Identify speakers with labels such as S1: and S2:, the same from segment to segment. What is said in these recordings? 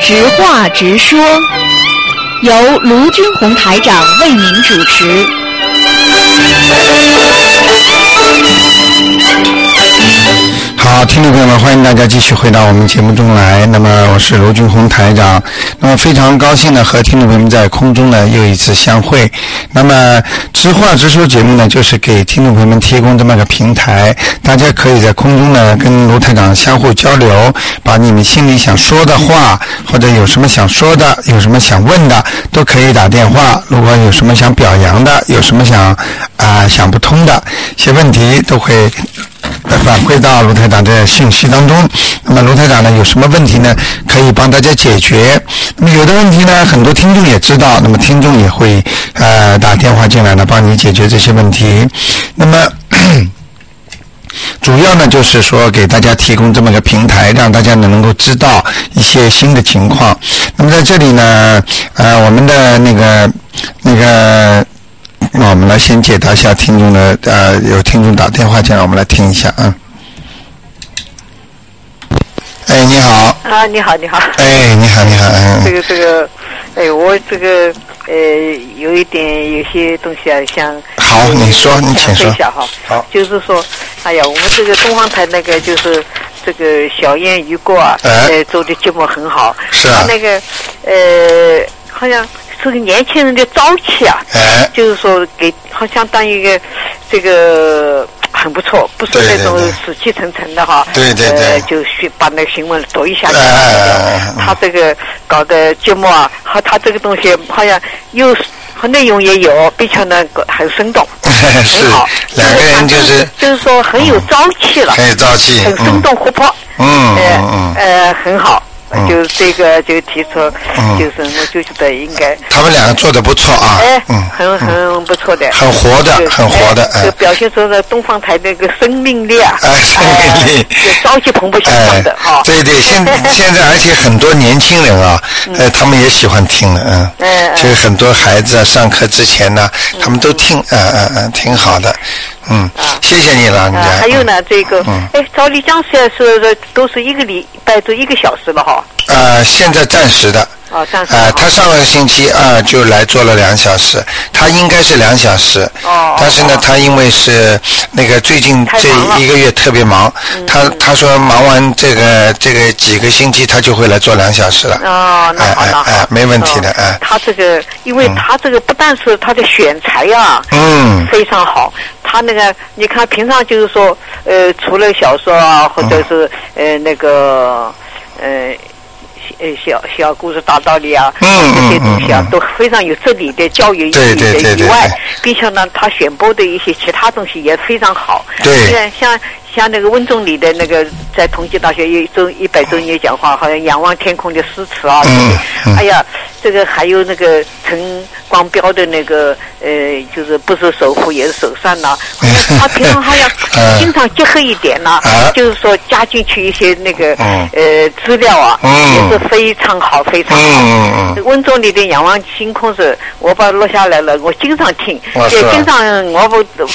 S1: 直话直说，由卢军红台长为您主持。
S2: 好，听众朋友们，欢迎大家继续回到我们节目中来。那么我是卢军红台长，那么非常高兴呢和听众朋友们在空中呢又一次相会。那么直话直说节目呢，就是给听众朋友们提供这么个平台，大家可以在空中呢跟卢台长相互交流，把你们心里想说的话，或者有什么想说的，有什么想问的，都可以打电话。如果有什么想表扬的，有什么想啊、想不通的一些问题，都会。反馈到卢台长的信息当中。那么卢台长呢，有什么问题呢，可以帮大家解决。那么有的问题呢，很多听众也知道，那么听众也会呃打电话进来呢，帮你解决这些问题。那么。 主要呢，就是说给大家提供这么个平台，让大家呢能够知道一些新的情况。那么在这里呢，呃，我们的那个那个，那我们来先解答一下听众的，呃，有听众打电话进来，我们来听一下啊。哎，你好，
S3: 啊，你好，你好，
S2: 哎，你好，你好，
S3: 这
S2: 嗯，
S3: 个这个，哎，我这个呃，有一点有些东西啊，想呃
S2: 好你说
S3: 想
S2: 你请说
S3: 分享哈，
S2: 好
S3: 就是说，哎呀，我们这个东方台那个就是这个小燕渔歌啊，
S2: 哎
S3: 呃，做的节目很好，
S2: 是啊
S3: 他那个呃，好像这个年轻人的朝气啊，
S2: 哎，
S3: 就是说给好像当一个这个很不错，不是
S2: 对
S3: 那种
S2: 对对
S3: 死气沉沉的哈。
S2: 对对对
S3: 呃，就去把那个新闻读一下。
S2: 哎哎哎
S3: 他这个搞的节目啊，和他这个东西好像又是和内容也有，并且呢很生动，
S2: 是
S3: 很好。
S2: 两个人就
S3: 就是是就是说很有朝气了，
S2: 很有朝气，
S3: 很生
S2: 嗯
S3: 动活泼。
S2: 嗯嗯
S3: 呃
S2: 嗯，
S3: 呃，很好
S2: 嗯。
S3: 就是这个就提出
S2: 嗯，
S3: 就是我就觉得应该。
S2: 他们两个做的不错啊
S3: 哎，，
S2: 嗯，
S3: 很很不错的，
S2: 很活的
S3: 对
S2: 很活的
S3: 哎
S2: 哎
S3: 就表现出了东方台那个生命力啊，
S2: 哎生命力
S3: 哎就朝气蓬勃 向
S2: 哎
S3: 上的哈，，
S2: 对对， 现现在而且很多年轻人啊，呃，他们也喜欢听的，嗯，
S3: 嗯嗯
S2: 就是很多孩子啊，上课之前呢，他们都听，嗯嗯嗯，挺好的，嗯，谢谢你了，你
S3: 啊
S2: 家，
S3: 还有呢，这个
S2: 嗯，
S3: 哎，照丽江虽然说的都是一个礼拜都一个小时了哈，
S2: 呃，现在暂时的。
S3: 哦暂时的
S2: 呃
S3: 哦
S2: 他上个星期二就来做了两小时，他应该是两小时。
S3: 哦
S2: 但是呢
S3: 哦，
S2: 他因为是那个最近
S3: 太
S2: 这
S3: 忙了嗯
S2: 一个月特别忙，他他说忙完这个这个几个星期，他就会来做两小时了。
S3: 哦，那好
S2: 哎
S3: 那
S2: 哎哎
S3: 好，
S2: 没问题的
S3: 哦
S2: 哎
S3: 他这个，因为他这个不但是他的选材呀，
S2: 嗯
S3: 非常好。他那个，你看平常就是说，呃，除了小说啊，或者是
S2: 嗯
S3: 呃那个呃。呃，小小故事大道理啊，
S2: 嗯
S3: 这些东西啊
S2: 嗯嗯嗯，
S3: 都非常有哲理的教育意义
S2: 对对
S3: 的
S2: 对对
S3: 以外
S2: 对，
S3: 并且呢，他选播的一些其他东西也非常好。
S2: 对
S3: 像像像那个温总理的那个在同济大学一周一百周年讲话，好像仰望天空的诗词啊，
S2: 嗯嗯
S3: 哎呀，这个还有那个陈光标的那个呃，就是不是首富也是首 善呐、好像他平常还要
S2: 嗯
S3: 经常结合一点呐、
S2: 啊
S3: 就是说加进去一些那个、
S2: 嗯
S3: 呃资料啊，
S2: 嗯
S3: 也是非常好，非常好。
S2: 嗯嗯嗯，
S3: 温总理的《仰望星空》是，我把它录下来了，我经常听，
S2: 啊
S3: 也
S2: 是啊
S3: 经常我不对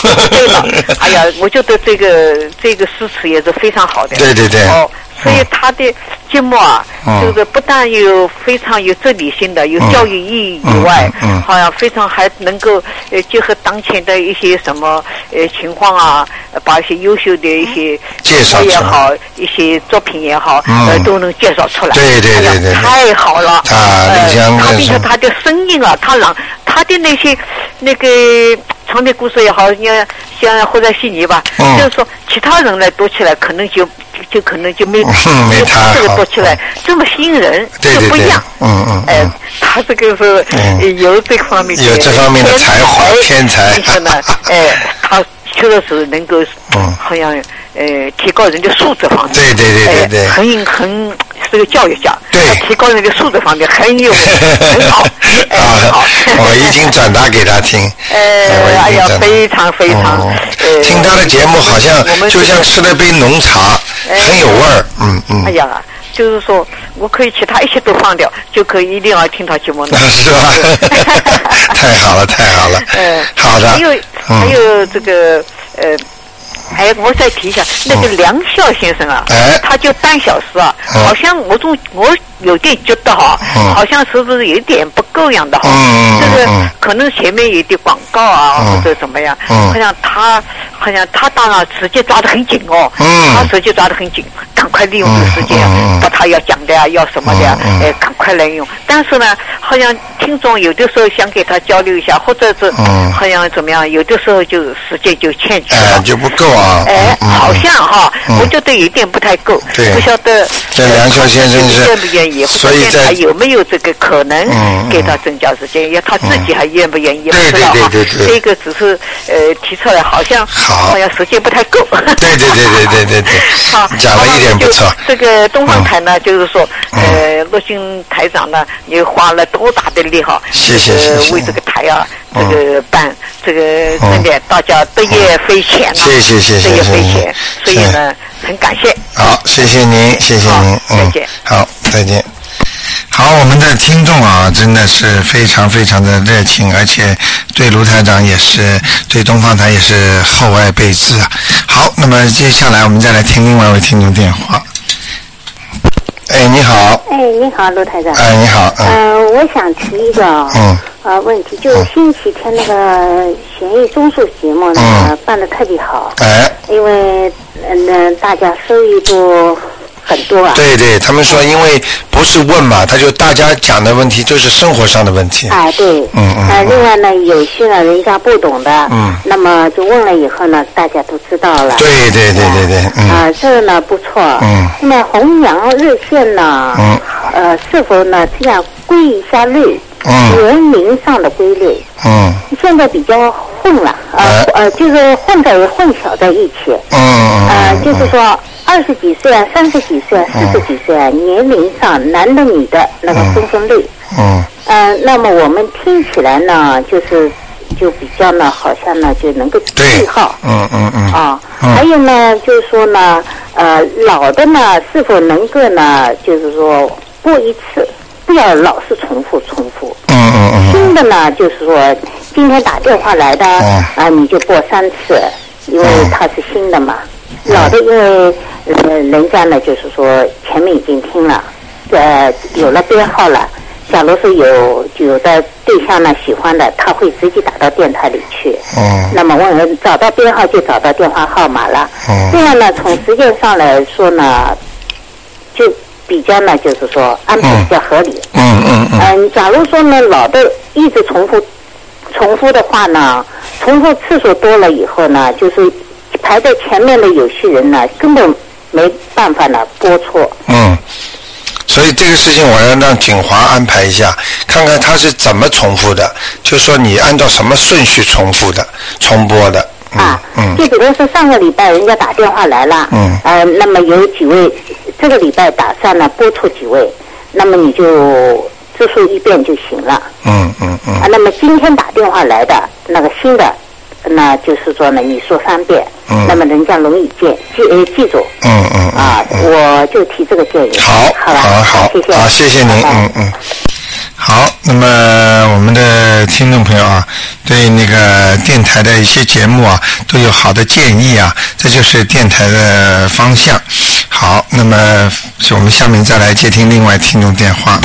S3: 了。哎呀，我觉得这个这个诗词也是非常好的。
S2: 对对对
S3: 哦，所以他的节目啊，
S2: 嗯
S3: 就是不但有非常有哲理性的、有教育意义以外，
S2: 嗯嗯嗯
S3: 好像非常还能够呃结合当前的一些什么呃情况啊，呃把一些优秀的一些
S2: 介绍出来
S3: 也好，一些作品也好，
S2: 嗯
S3: 呃都能介绍出来。
S2: 对对
S3: 哎呀
S2: 对对对
S3: 太好了。
S2: 啊
S3: 呃
S2: 李湘真
S3: 他并
S2: 是
S3: 且他的声音啊，他朗他的那些那个长篇故事也好，你看像或者悉尼吧，
S2: 嗯
S3: 就是说其他人来读起来，可能就就就可能就没
S2: 嗯没他
S3: 这个
S2: 好
S3: 读起来这么吸引人，
S2: 对
S3: 这
S2: 对
S3: 不一
S2: 对
S3: 样。，
S2: 嗯嗯
S3: 哎
S2: 嗯，，
S3: 他这个是
S2: 嗯
S3: 呃有这方面的
S2: 有这方面的才华天才
S3: 并且呢， 哎，他确实是能够，
S2: 嗯
S3: 好像呃提高人的素质方面，
S2: 对对对对
S3: 哎
S2: 对
S3: 很很是个教育家，
S2: 对
S3: 他提高人的素质方面 很有很好，哎，很好
S2: 啊，， 我已经转达给他听。
S3: 呃， 哎
S2: 我已经
S3: 呀
S2: 转，达
S3: 非常非常
S2: 哦，
S3: 呃，
S2: 听他的节目好像
S3: 我们
S2: 就像吃了杯浓茶，
S3: 哎
S2: 很有味儿。嗯
S3: 哎
S2: 嗯，。
S3: 呀，就是说我可以其他一切都放掉，就可以一定要听他节目呢
S2: 是吧？太好了，太好了
S3: 呃。
S2: 好的
S3: 还有。还
S2: 嗯，
S3: 有这个呃。哎，我再提一下，那个梁孝先生啊，
S2: 嗯哎
S3: 他就半小时啊，
S2: 嗯
S3: 好像我总我有点觉得哈，
S2: 嗯
S3: 好像是不是有点不够样的哈？
S2: 嗯嗯嗯
S3: 就是
S2: 嗯
S3: 可能前面有点广告啊，
S2: 嗯
S3: 或者怎么样，
S2: 嗯
S3: 好像他好像他当然时间抓得很紧哦，
S2: 嗯
S3: 他时间抓得很紧，赶快利用这个时间
S2: 嗯嗯嗯
S3: 啊，把他要讲的呀，要什么的呀，
S2: 嗯嗯
S3: 哎，赶快来用。但是呢，好像听众有的时候想给他交流一下，或者是
S2: 嗯
S3: 好像怎么样，有的时候就时间就欠缺
S2: 哎
S3: 了，。
S2: 就不够啊。
S3: 哎，
S2: 嗯
S3: 好。像哈
S2: 嗯，
S3: 我觉得有点不太够，
S2: 对
S3: 不晓得
S2: 这梁晓先生是
S3: 呃他自己愿不愿意，
S2: 所以
S3: 或者
S2: 在
S3: 他有没有这个可能
S2: 嗯嗯
S3: 给他增加时间，要他自己还愿不愿意，不
S2: 对
S3: 知道哈
S2: 对对对对。
S3: 这个只是呃提出来，好像
S2: 好
S3: 像时间不太够。
S2: 对对对对对对对
S3: 好，
S2: 讲得
S3: 好
S2: 一点不错嗯
S3: 就这个东方台呢，就是说，呃，陆军台长呢，也花了多大的力哈，
S2: 谢谢
S3: 这个
S2: 谢谢
S3: 为这个台啊，这个办，这个
S2: 嗯
S3: 真的大家得业匪浅呐，
S2: 谢谢谢谢
S3: 得
S2: 谢
S3: 业
S2: 谢
S3: 匪浅，所以呢，很感谢。
S2: 好，谢谢您，谢谢您，
S3: 好
S2: 嗯
S3: 再见，
S2: 好，再见。好，我们的听众啊，真的是非常非常的热情，而且对卢台长也是，对东方台也是厚爱备至啊。好，那么接下来我们再来听另外一位听众电话。哎，你好，
S4: 哎，你好，卢台长。
S2: 哎，你好，嗯
S4: 嗯、我想提一个
S2: 嗯
S4: 呃问题，就是星期天那个悬疑综述节目呢、
S2: 嗯
S4: 办的特别好，
S2: 哎，
S4: 因为嗯、呃大家收益都很多啊。
S2: 对对，他们说因为不是问嘛，他就大家讲的问题就是生活上的问题，
S3: 啊
S4: 哎，对，
S2: 嗯嗯
S4: 呃，另外呢，有些呢人家不懂的，
S2: 嗯
S4: 那么就问了以后呢，大家都知道了。
S2: 对对对对对
S4: 啊、
S2: 嗯
S4: 这个呢不错。
S2: 嗯
S4: 那么弘扬热线呢，
S2: 嗯
S4: 呃，是否呢这样归一下类，
S2: 嗯
S4: 文明上的归类，
S2: 嗯
S4: 现在比较混了，
S2: 哎
S4: 呃呃，就是混在混淆在一起，
S2: 嗯嗯，
S4: 呃，
S2: 嗯
S4: 就是说二十几岁啊、三十几岁啊、四十几岁啊，年龄上男的女的那个分分类，
S2: 嗯
S4: 呃，那么我们听起来呢，就是就比较呢，好像呢就能够
S2: 对
S4: 记号，。
S2: 嗯嗯嗯，
S4: 啊，
S2: 嗯
S4: 还有呢，就是说呢，呃，老的呢是否能够呢，就是说过一次，不要老是重复重复。
S2: 嗯嗯嗯。
S4: 新的呢，就是说今天打电话来的
S2: 嗯
S4: 啊，你就过三次，因为
S2: 嗯
S4: 它是新的嘛。老的因为呃人家呢，就是说前面已经听了，呃有了编号了。假如说有有的对象呢喜欢的，他会直接打到电台里去。
S2: 嗯
S4: 那么问找到编号就找到电话号码了。
S2: 嗯
S4: 这样呢，从实践上来说呢，就比较呢，就是说安排比较合理。
S2: 嗯嗯嗯
S4: 嗯，假如说呢，老的一直重复重复的话呢，重复次数多了以后呢，就是排在前面的有些人呢，根本没办法呢拨出。
S2: 嗯，所以这个事情我要让景华安排一下，看看他是怎么重复的，就说你按照什么顺序重复的、重播的。嗯
S4: 啊，
S2: 嗯
S4: 就比如说上个礼拜人家打电话来了，
S2: 嗯
S4: 呃，那么有几位，这个礼拜打算呢播出几位，那么你就只说一遍就行了。
S2: 嗯嗯
S4: 啊，
S2: 嗯
S4: 那么今天打电话来的那个新的，那就是说呢，你说三遍，
S2: 嗯
S4: 那么人家容易记记呃记住。
S2: 嗯嗯嗯。
S4: 啊，我就提这个建议。
S2: 好，
S4: 好吧，
S2: 好好
S4: 谢谢，
S2: 好，谢谢您，
S4: 拜拜
S2: 嗯嗯。好，那么我们的听众朋友啊，对那个电台的一些节目啊，都有好的建议啊，这就是电台的方向。好，那么我们下面再来接听另外听众电话。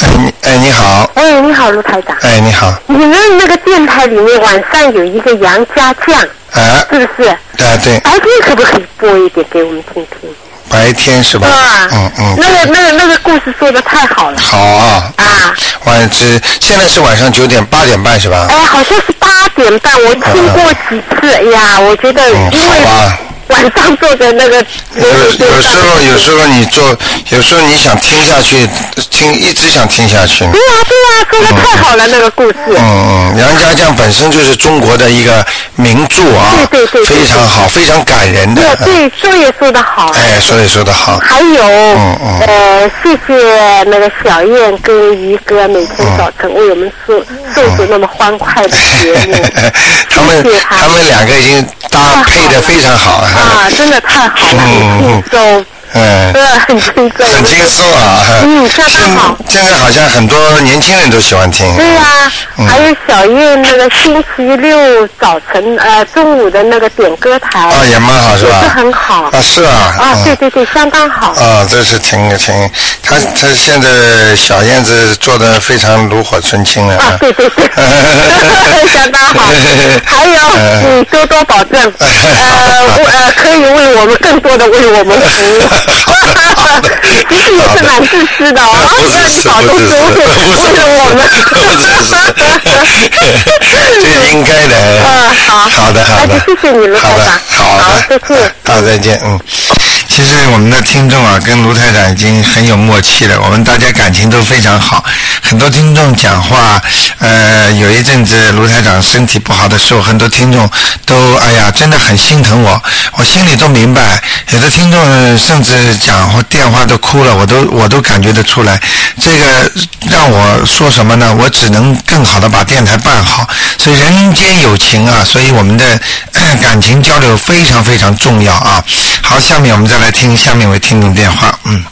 S2: 哎，你哎，你好，
S5: 哎，你好，卢台长。
S2: 哎，你好，
S5: 你们那个电台里面晚上有一个杨家将，
S2: 哎，
S5: 是不是？
S2: 哎，对，
S5: 白天可不可以播一点给我们听听？
S2: 白天是吧？
S5: 啊，
S2: 嗯嗯，
S5: 那个那个那个故事说的太好了
S2: 好啊，
S5: 啊！
S2: 晚是现在是晚上九点八点半是吧？
S5: 哎，好像是八点半，我听过几次、哎呀，我觉得
S2: 嗯
S5: 因
S2: 好
S5: 为
S2: 吧
S5: 晚上做的那个
S2: 有有时候，有时
S5: 候。
S2: 候你做，有时候你想听下去，听一直想听下去。
S5: 对呀、对呀、说的太好了、那个故事。
S2: 嗯嗯，杨家将本身就是中国的一个名著啊，
S5: 对对对对
S2: 非常好，非常感人的。
S5: 对对，说也说的好。
S2: 哎，所以说的好。
S5: 还有，
S2: 嗯嗯，
S5: 呃，谢谢那个小燕跟于哥每天早晨为我们送送出那么欢快的节目
S2: 哎他们
S5: 谢谢
S2: 他们两个已经搭配的非常好。
S5: 啊啊，真的太好了，
S2: 嗯嗯嗯
S5: 每天都
S2: 嗯，
S5: 呃，很轻松。
S2: 很轻松啊。
S5: 嗯相
S2: 现
S5: 当好嗯
S2: 现在好像很多年轻人都喜欢听。
S5: 对呀、还有小叶那个星期六早晨呃中午的那个点歌台，
S2: 哦，也蛮好是吧？
S5: 也是很好
S2: 啊，是啊。
S5: 啊，
S2: 嗯
S5: 对对对，相当好。
S2: 啊，这是挺挺，他他现在小燕子做的非常炉火纯青了。
S5: 啊，对对对， 相当 好。还有，
S2: 嗯。
S5: 你多多保证，呃，为呃，可以为我们更多的为我们服务 其实也是蛮自私的哦，
S2: 呃不
S5: 让
S2: 只
S5: 你
S2: 是
S5: 好
S2: 不
S5: 东
S2: 只
S5: 西
S2: 是
S5: 为为了我们。
S2: 不只是，这应该的。
S5: 嗯好
S2: 好的，好的
S5: 那，就谢谢你卢台
S2: 好的
S5: 长
S2: 好的，
S5: 好再见
S2: 好，再见，嗯。其实我们的听众啊，跟卢台长已经很有默契了，我们大家感情都非常好。很多听众讲话，呃，有一阵子卢台长身体不好的时候，很多听众都哎呀，真的很心疼我，我心里都明白。有的听众甚至讲话电话都哭了，我都我都感觉得出来。这个让我说什么呢？我只能更好的把电台办好。所以人间有情啊，所以我们的 感情交流非常非常重要啊。好，下面我们再来听下面一位听众电话，嗯。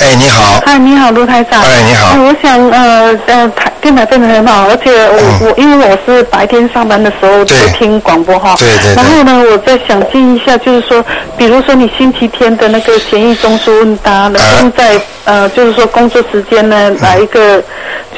S2: 哎，你好，
S6: 嗨，你好，卢台长。
S2: 哎你好
S6: 哎我想呃呃，台电台真的很好，而且我、我因为我是白天上班的时候
S2: 哦对
S6: 就听广播哈。
S2: 对对对
S6: 然后呢，我再想建议一下，就是说，比如说你星期天的那个协议中枢问答，
S2: 啊
S6: 能够在、呃，就是说工作时间
S2: 嗯
S6: 呢来一个，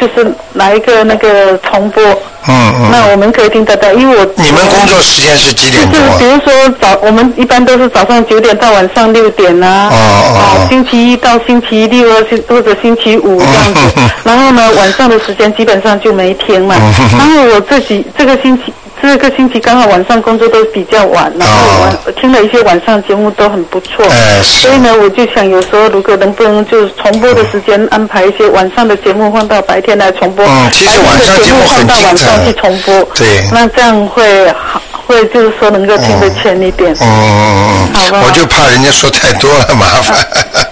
S6: 就是来一个那个重播。
S2: 嗯嗯，
S6: 那我们可以听得到，因为我
S2: 你们工作时间是几点
S6: 就
S2: 钟
S6: 是
S2: 啊
S6: 比？如说早，我们一般都是早上九点到晚上六点啊，
S2: 哦哦哦
S6: 啊，星期一到星期六星或者星期五这样 子，然后呢，晚上的时间基本上就没天嘛。
S2: 嗯
S6: 然后我自己这个星期。这个星期刚好晚上工作都比较晚，然后
S2: 哦
S6: 晚、听了一些晚上节目都很不错，
S2: 哎是
S6: 所以呢，我就想有时候如果能不能就是重播的时间安排一些晚上的节目放到白天来重播，
S2: 嗯其实
S6: 白天的
S2: 晚上节目很
S6: 放到晚
S2: 精彩
S6: 上去重播，
S2: 对哦
S6: 那这样会好，会就是说能够听得全一点。
S2: 嗯嗯嗯
S6: 好吧
S2: 嗯，我就怕人家说太多了，麻烦。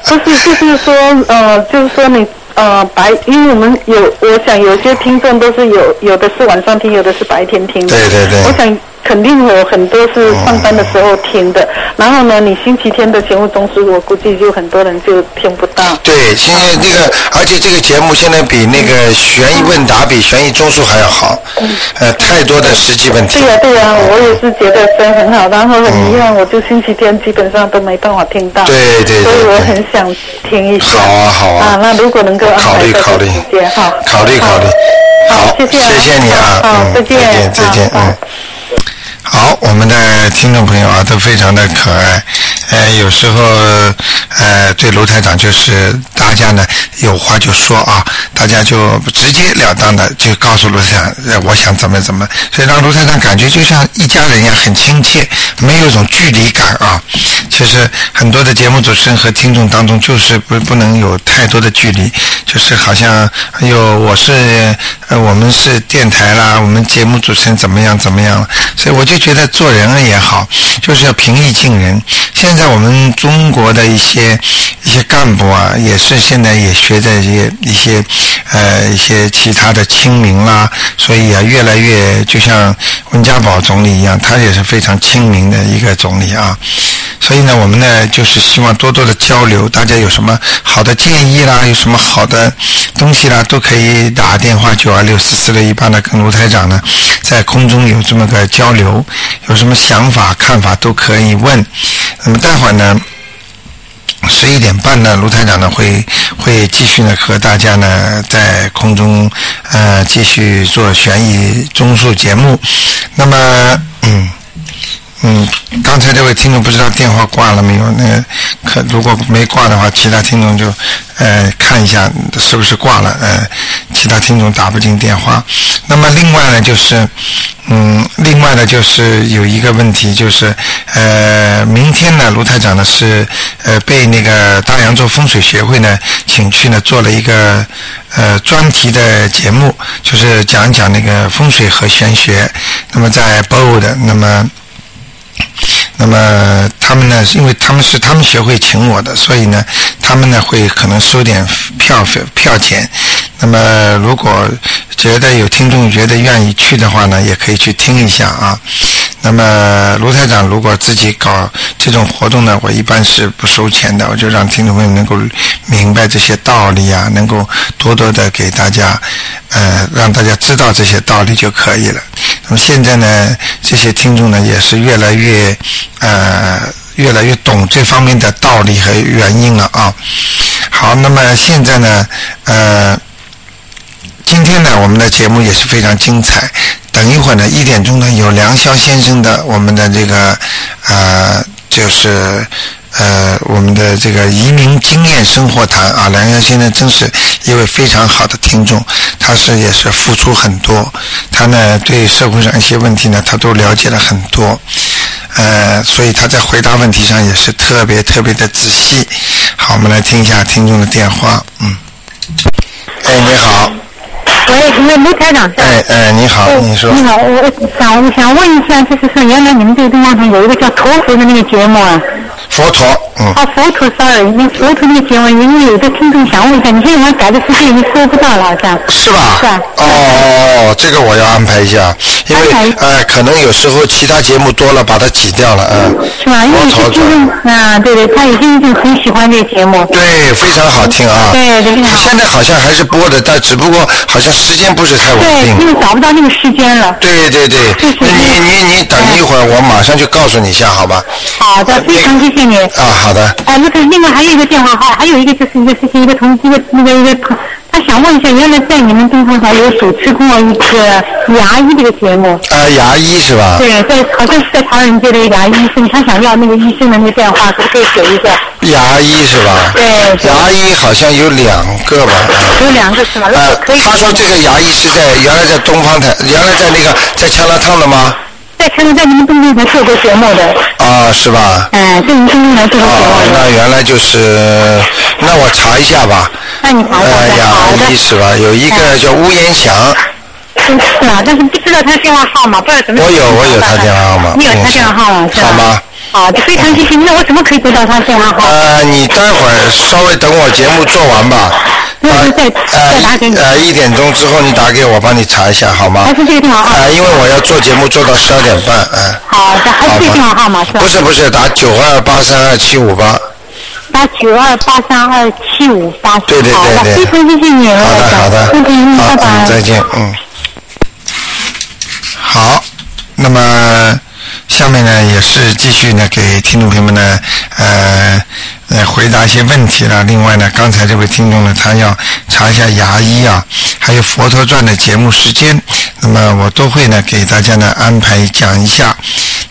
S6: 不是，就是说，呃，就是说你。呃，白，因为我们有，我想有些听众都是有，有的是晚上听，有的是白天听的。
S2: 对对对
S6: 我想肯定有很多是上班的时候听的，然后呢，你星期天的节目中枢，我估计就很多人就听不到。
S2: 对，现在这个，而且这个节目现在比那个悬疑问答比悬疑综述还要好，呃，太多的实际问题
S6: 对。呀、对呀、啊我也是觉得真很好，然后很遗憾，我就星期天基本上都没办法听到。
S2: 哦对对对
S6: 所以我
S2: 对
S6: 很想听一下。
S2: 好啊好啊
S6: 啊，那如果能够安
S2: 考
S6: 排
S2: 虑
S6: 这
S2: 考
S6: 个
S2: 虑
S6: 时间哈，，
S2: 考虑考虑。好
S6: 好，谢谢啊
S2: 你啊，
S6: 好
S2: 嗯，
S6: 再见
S2: 再见，
S6: 好
S2: 嗯。好，我们的听众朋友啊，都非常的可爱，呃，有时候呃，对卢台长就是大家呢有话就说啊，大家就直截了当的就告诉卢台长，呃我想怎么怎么，所以让卢台长感觉就像一家人一样，很亲切，没有一种距离感啊。其实很多的节目主持人和听众当中，就是不不能有太多的距离，就是好像哎呦，我是呃，我们是电台啦，我们节目主持人怎么样怎么样，所以我就觉得做人啊也好，就是要平易近人。现在我们中国的一些一些干部啊，也是现在也学着一些一些呃一些其他的亲民啦，所以啊，越来越就像温家宝总理一样，他也是非常亲民的一个总理啊。所以呢，我们呢就是希望多多的交流，大家有什么好的建议啦，有什么好的东西啦，都可以打电话九二六四四六一八呢，跟卢台长呢在空中有这么个交流，有什么想法、看法都可以问。那么待会儿呢，十一点半呢，卢台长呢会会继续呢和大家呢在空中呃继续做悬疑综述节目。那么嗯。嗯，刚才这位听众不知道电话挂了没有？那个可如果没挂的话，其他听众就呃看一下是不是挂了。呃，其他听众打不进电话。那么另外呢，就是嗯，另外呢就是有一个问题，就是呃，明天呢，卢台长呢是呃被那个大洋洲风水学会呢请去呢做了一个呃专题的节目，就是讲一讲那个风水和玄学。那么在 BOD，那么。那么他们呢，因为他们是他们学会请我的，所以呢，他们呢会可能收点票费票钱。那么如果觉得有听众觉得愿意去的话呢，也可以去听一下啊。那么卢台长如果自己搞这种活动呢，我一般是不收钱的，我就让听众朋友能够明白这些道理啊，能够多多的给大家，呃，让大家知道这些道理就可以了。那么现在呢，这些听众呢也是越来越，呃，越来越懂这方面的道理和原因了啊。好，那么现在呢，呃。今天呢，我们的节目也是非常精彩。等一会儿呢，一点钟呢有梁霄先生的我们的这个呃，就是呃我们的这个移民经验生活谈啊。梁霄先生真是一位非常好的听众，他是也是付出很多，他呢对社会上一些问题呢，他都了解了很多。呃，所以他在回答问题上也是特别特别的仔细。好，我们来听一下听众的电话。嗯，哎，你好。
S7: 喂，那卢台长是吧？嗯
S2: 哎哎，你好，你说。
S7: 你好，我我想我想问一下，就是说原来你们这个东方台有一个叫陀佛的那个节目啊。
S2: 佛陀，嗯，
S7: 啊，佛陀 sorry，那佛陀那个节目，因为有的听众想问一下，你现在改的时间已经收不到了，好像。
S2: 是吧？
S7: 是啊吧？
S2: 哦哦哦，这个我要安排一下，因为
S7: 安排
S2: 呃，可能有时候其他节目多了，把它挤掉了，嗯。
S7: 是吧？因为有
S2: 佛
S7: 些
S2: 陀
S7: 听众啊，对对，他有些听众很喜欢这个节目。
S2: 对，非常好听啊。
S7: 对对非常好
S2: 现在好像还是播的，但只不过好像时间不是太稳
S7: 对，因
S2: 定。
S7: 为找不到那个时间了。
S2: 对对对
S7: 是是，
S2: 那你你你等一会儿，我马上就告诉你一下，好吧？
S7: 好的，非常谢谢你。
S2: 啊，好的。
S7: 哎，那个另外还有一个电话号，还有一个就是一个事情，一个同一个那个一个同，他想问一下，原来在你们东方台有主持过一个牙医这个节目，
S2: 呃，牙医是吧？
S7: 对，在好像是在唐人街的一个牙医生，他想要那个医生的那个电话，可不可以给一个？
S2: 牙医是吧？
S7: 对对
S2: 牙医好像有两个吧？啊
S7: 有两个是吧？如
S2: 呃
S7: 果，可以，
S2: 他说这个牙医是在原来在东方台，原来在那个在强拉烫的吗？
S7: 在曾经在你们东方台做过节目的，
S2: 啊，是吧？
S7: 哎，在你们东方台做过节
S2: 哦，
S7: 目的，
S2: 那原来就是，那我查一下吧。
S7: 那你查一下
S2: 呃
S7: 吧好
S2: 牙
S7: 的
S2: 医是吧？有一
S7: 哎
S2: 个叫乌延祥，
S7: 是啊，但是不知道他电话号码，不知道怎么。
S2: 我有我有他电话号码
S7: 你有他电话号码是吧？
S2: 好吗？
S7: 好的，非常谢谢。那我怎么可以得到他电话号码？
S2: 呃，你待会儿稍微等我节目做完吧。
S7: 那
S2: 呃
S7: 我再再打给你
S2: 呃，一点钟之后你打给我，帮你查一下好吗
S7: 还？是这个电话号码
S2: 呃，？因为我要做节目做到十二点半，嗯、
S7: 好的，还
S2: 好
S7: 是这个电话号码
S2: 吧
S7: 是？吧？
S2: 不是不是，打九二八三二七五八。
S7: 八九二八三二七五八。
S2: 对对对
S7: 好的
S2: 对
S7: 非常谢谢你，
S2: 好的，好的，
S7: 谢谢您，拜
S2: 好，嗯，
S7: 拜。
S2: 再见，嗯。好，那么下面呢，也是继续呢，给听众朋友们呢，呃，呃，回答一些问题了。另外呢，刚才这位听众呢，他要查一下牙医啊，还有《佛陀传》的节目时间，那么我都会呢给大家呢安排讲一下。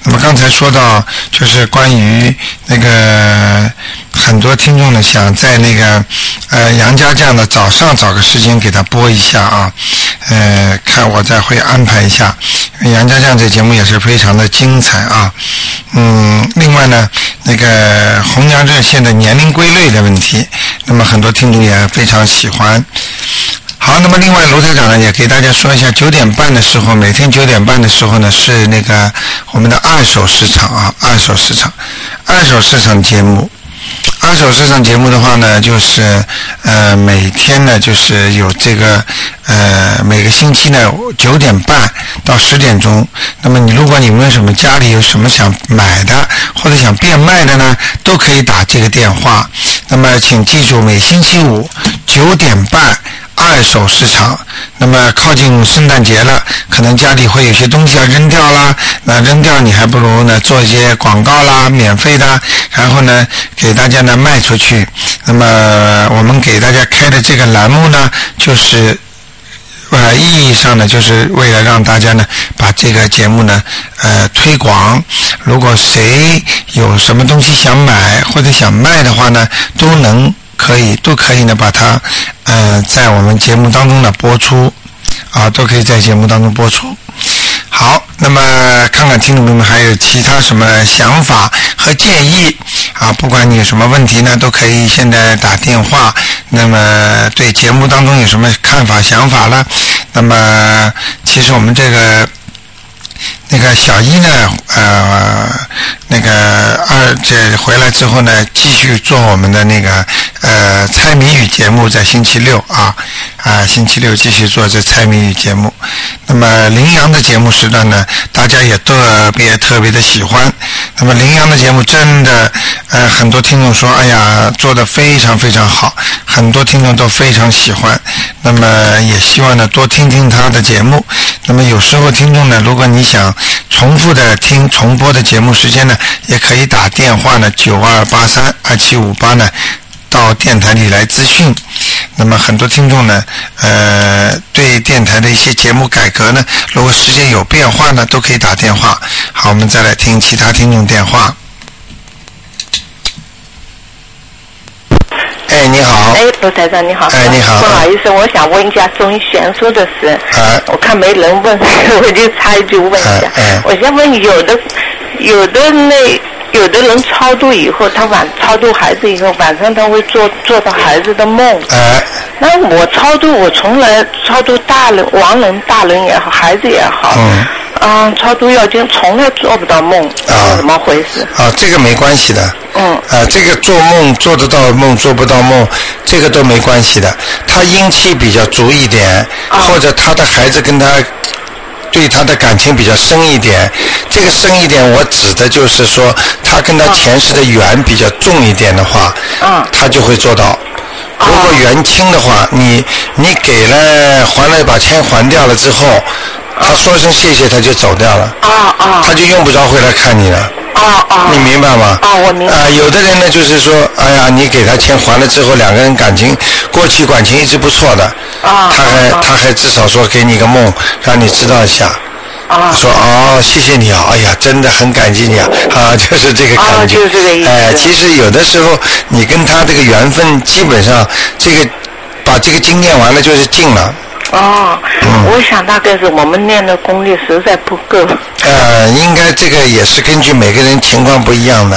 S2: 那么刚才说到，就是关于那个很多听众呢，想在那个呃杨家将的早上找个时间给他播一下啊，呃，看我再会安排一下。杨家将这节目也是非常的精彩啊，嗯，另外呢，那个红娘热线的年龄归类的问题，那么很多听众也非常喜欢。好，那么另外卢台长呢也给大家说一下，九点半的时候，每天九点半的时候呢是那个我们的二手市场啊，二手市场，二手市场节目。二手市场节目的话呢，就是呃每天呢就是有这个呃每个星期呢九点半到十点钟。那么你如果你们有什么家里有什么想买的或者想变卖的呢，都可以打这个电话。那么请记住，每星期五九点半。二手市场，那么靠近圣诞节了，可能家里会有些东西要扔掉啦。那扔掉你还不如呢做一些广告啦，免费的，然后呢给大家呢卖出去。那么我们给大家开的这个栏目呢，就是呃，意义上呢，就是为了让大家呢把这个节目呢呃推广。如果谁有什么东西想买或者想卖的话呢，都能可以都可以呢把它呃在我们节目当中呢播出啊，都可以在节目当中播出。好，那么看看听众朋友们还有其他什么想法和建议啊？不管你有什么问题呢，都可以现在打电话。那么对节目当中有什么看法、想法呢？那么其实我们这个那个小一呢，呃，那个二这回来之后呢，继续做我们的那个呃猜谜语节目，在星期六啊啊、星期六继续做这猜谜语节目。那那么羚羊的节目时段呢，大家也特别特别的喜欢。那么羚羊的节目真的，呃，很多听众说，哎呀，做的非常非常好，很多听众都非常喜欢。那么也希望呢多听听他的节目。那么有时候听众呢，如果你想重复的听重播的节目时间呢，也可以打电话呢九二八三二七五八呢。到电台里来咨询，那么很多听众呢，呃，对电台的一些节目改革呢，如果时间有变化呢，都可以打电话。好，我们再来听其他听众电话。哎，你好。
S3: 哎，罗台长你好。
S2: 哎，你好。
S3: 不好意思，我想问一下中医悬殊的事。
S2: 哎
S3: 我看没人问， 我就插一句问一下。
S2: 哎哎
S3: 我想问有的有的那有的人超度以后，他晚超度孩子以后，晚上他会做做到孩子的梦。
S2: 哎，
S3: 那我超度，我从来超度大人、亡人、大人也好，孩子也好，
S2: 嗯
S3: 嗯，超度要经从来做不到梦，
S2: 啊
S3: 怎么回事？
S2: 啊，这个没关系的。
S3: 嗯
S2: 啊，这个做梦做得到梦，做不到梦，这个都没关系的。他阴气比较足一点，
S3: 啊
S2: 或者他的孩子跟他对他的感情比较深一点。这个深一点，我指的就是说，他跟他前世的缘比较重一点的话，
S3: 嗯
S2: 他就会做到。如果缘轻的话，你你给了还了把钱还掉了之后，他说声谢谢，他就走掉了，
S3: 啊啊
S2: 他就用不着回来看你了。
S3: 啊啊
S2: 你！明白吗？
S3: 啊我明白
S2: 啊、有的人呢，就是说，哎呀，你给他钱还了之后，两个人感情，过去感情一直不错的，
S3: 啊
S2: 他还、他还至少说给你个梦，让你知道一下。
S3: 啊
S2: 说哦，谢谢你啊！哎呀，真的很感激你啊！ 啊，就是这个感觉，
S3: 啊就是这个意思
S2: 哎，其实有的时候你跟他这个缘分，基本上这个把这个经验完了就是尽了。
S3: 哦，
S2: 嗯
S3: 我想大概是我们练的功力实在不够。
S2: 呃，应该这个也是根据每个人情况不一样的，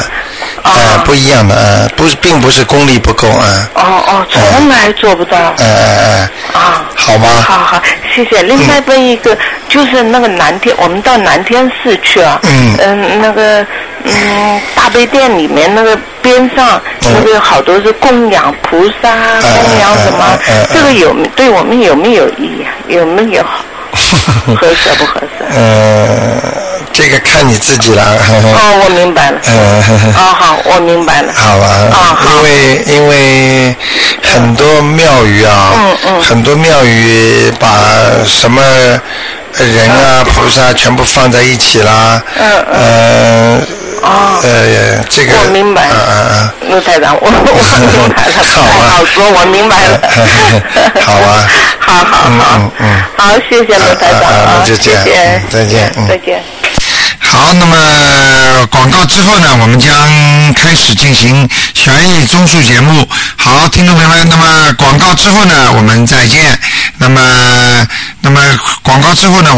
S3: 啊
S2: 呃，不一样的，呃，不是，并不是功力不够啊，
S3: 哦哦，从来做不到。
S2: 呃呃
S3: 啊
S2: 呃，，好
S3: 好
S2: 吧，
S3: 好，谢谢。另外问一个，就是那个南天，我们到南天寺去啊。
S2: 嗯
S3: 那个嗯，大悲殿里面那个边上，
S2: 嗯
S3: 那个好多是供养菩萨，供养什么
S2: 嗯嗯嗯嗯？
S3: 这个有对我们有没有意义啊？有没有合适不 合适？
S2: 呃，这个看你自己了，呵呵
S3: 哦，我明白了。
S2: 呃，呵呵
S3: 哦，好，我明白了。
S2: 好吧
S3: 啊，好
S2: 因为因为很多庙宇啊，
S3: 嗯嗯
S2: 很多庙宇把什么人啊、菩萨全部放在一起啦，
S3: 嗯
S2: 呃，
S3: 哦
S2: 呃，这个，
S3: 我明白
S2: 嗯嗯嗯。
S3: 陆台长，我我 明白了，不
S2: 好啊。
S3: 太好说，我明白了
S2: 好 啊
S3: 好好好，
S2: 嗯嗯嗯
S3: 好，谢谢陆台长
S2: 啊啊啊
S3: 啊，
S2: 那就这样
S3: 谢谢
S2: 嗯再见嗯
S3: 再见。
S2: 好，那么广告之后呢，我们将开始进行悬疑综述节目。好，听众朋友们，那么广告之后呢，我们再见。那么，那么广告之后呢，我。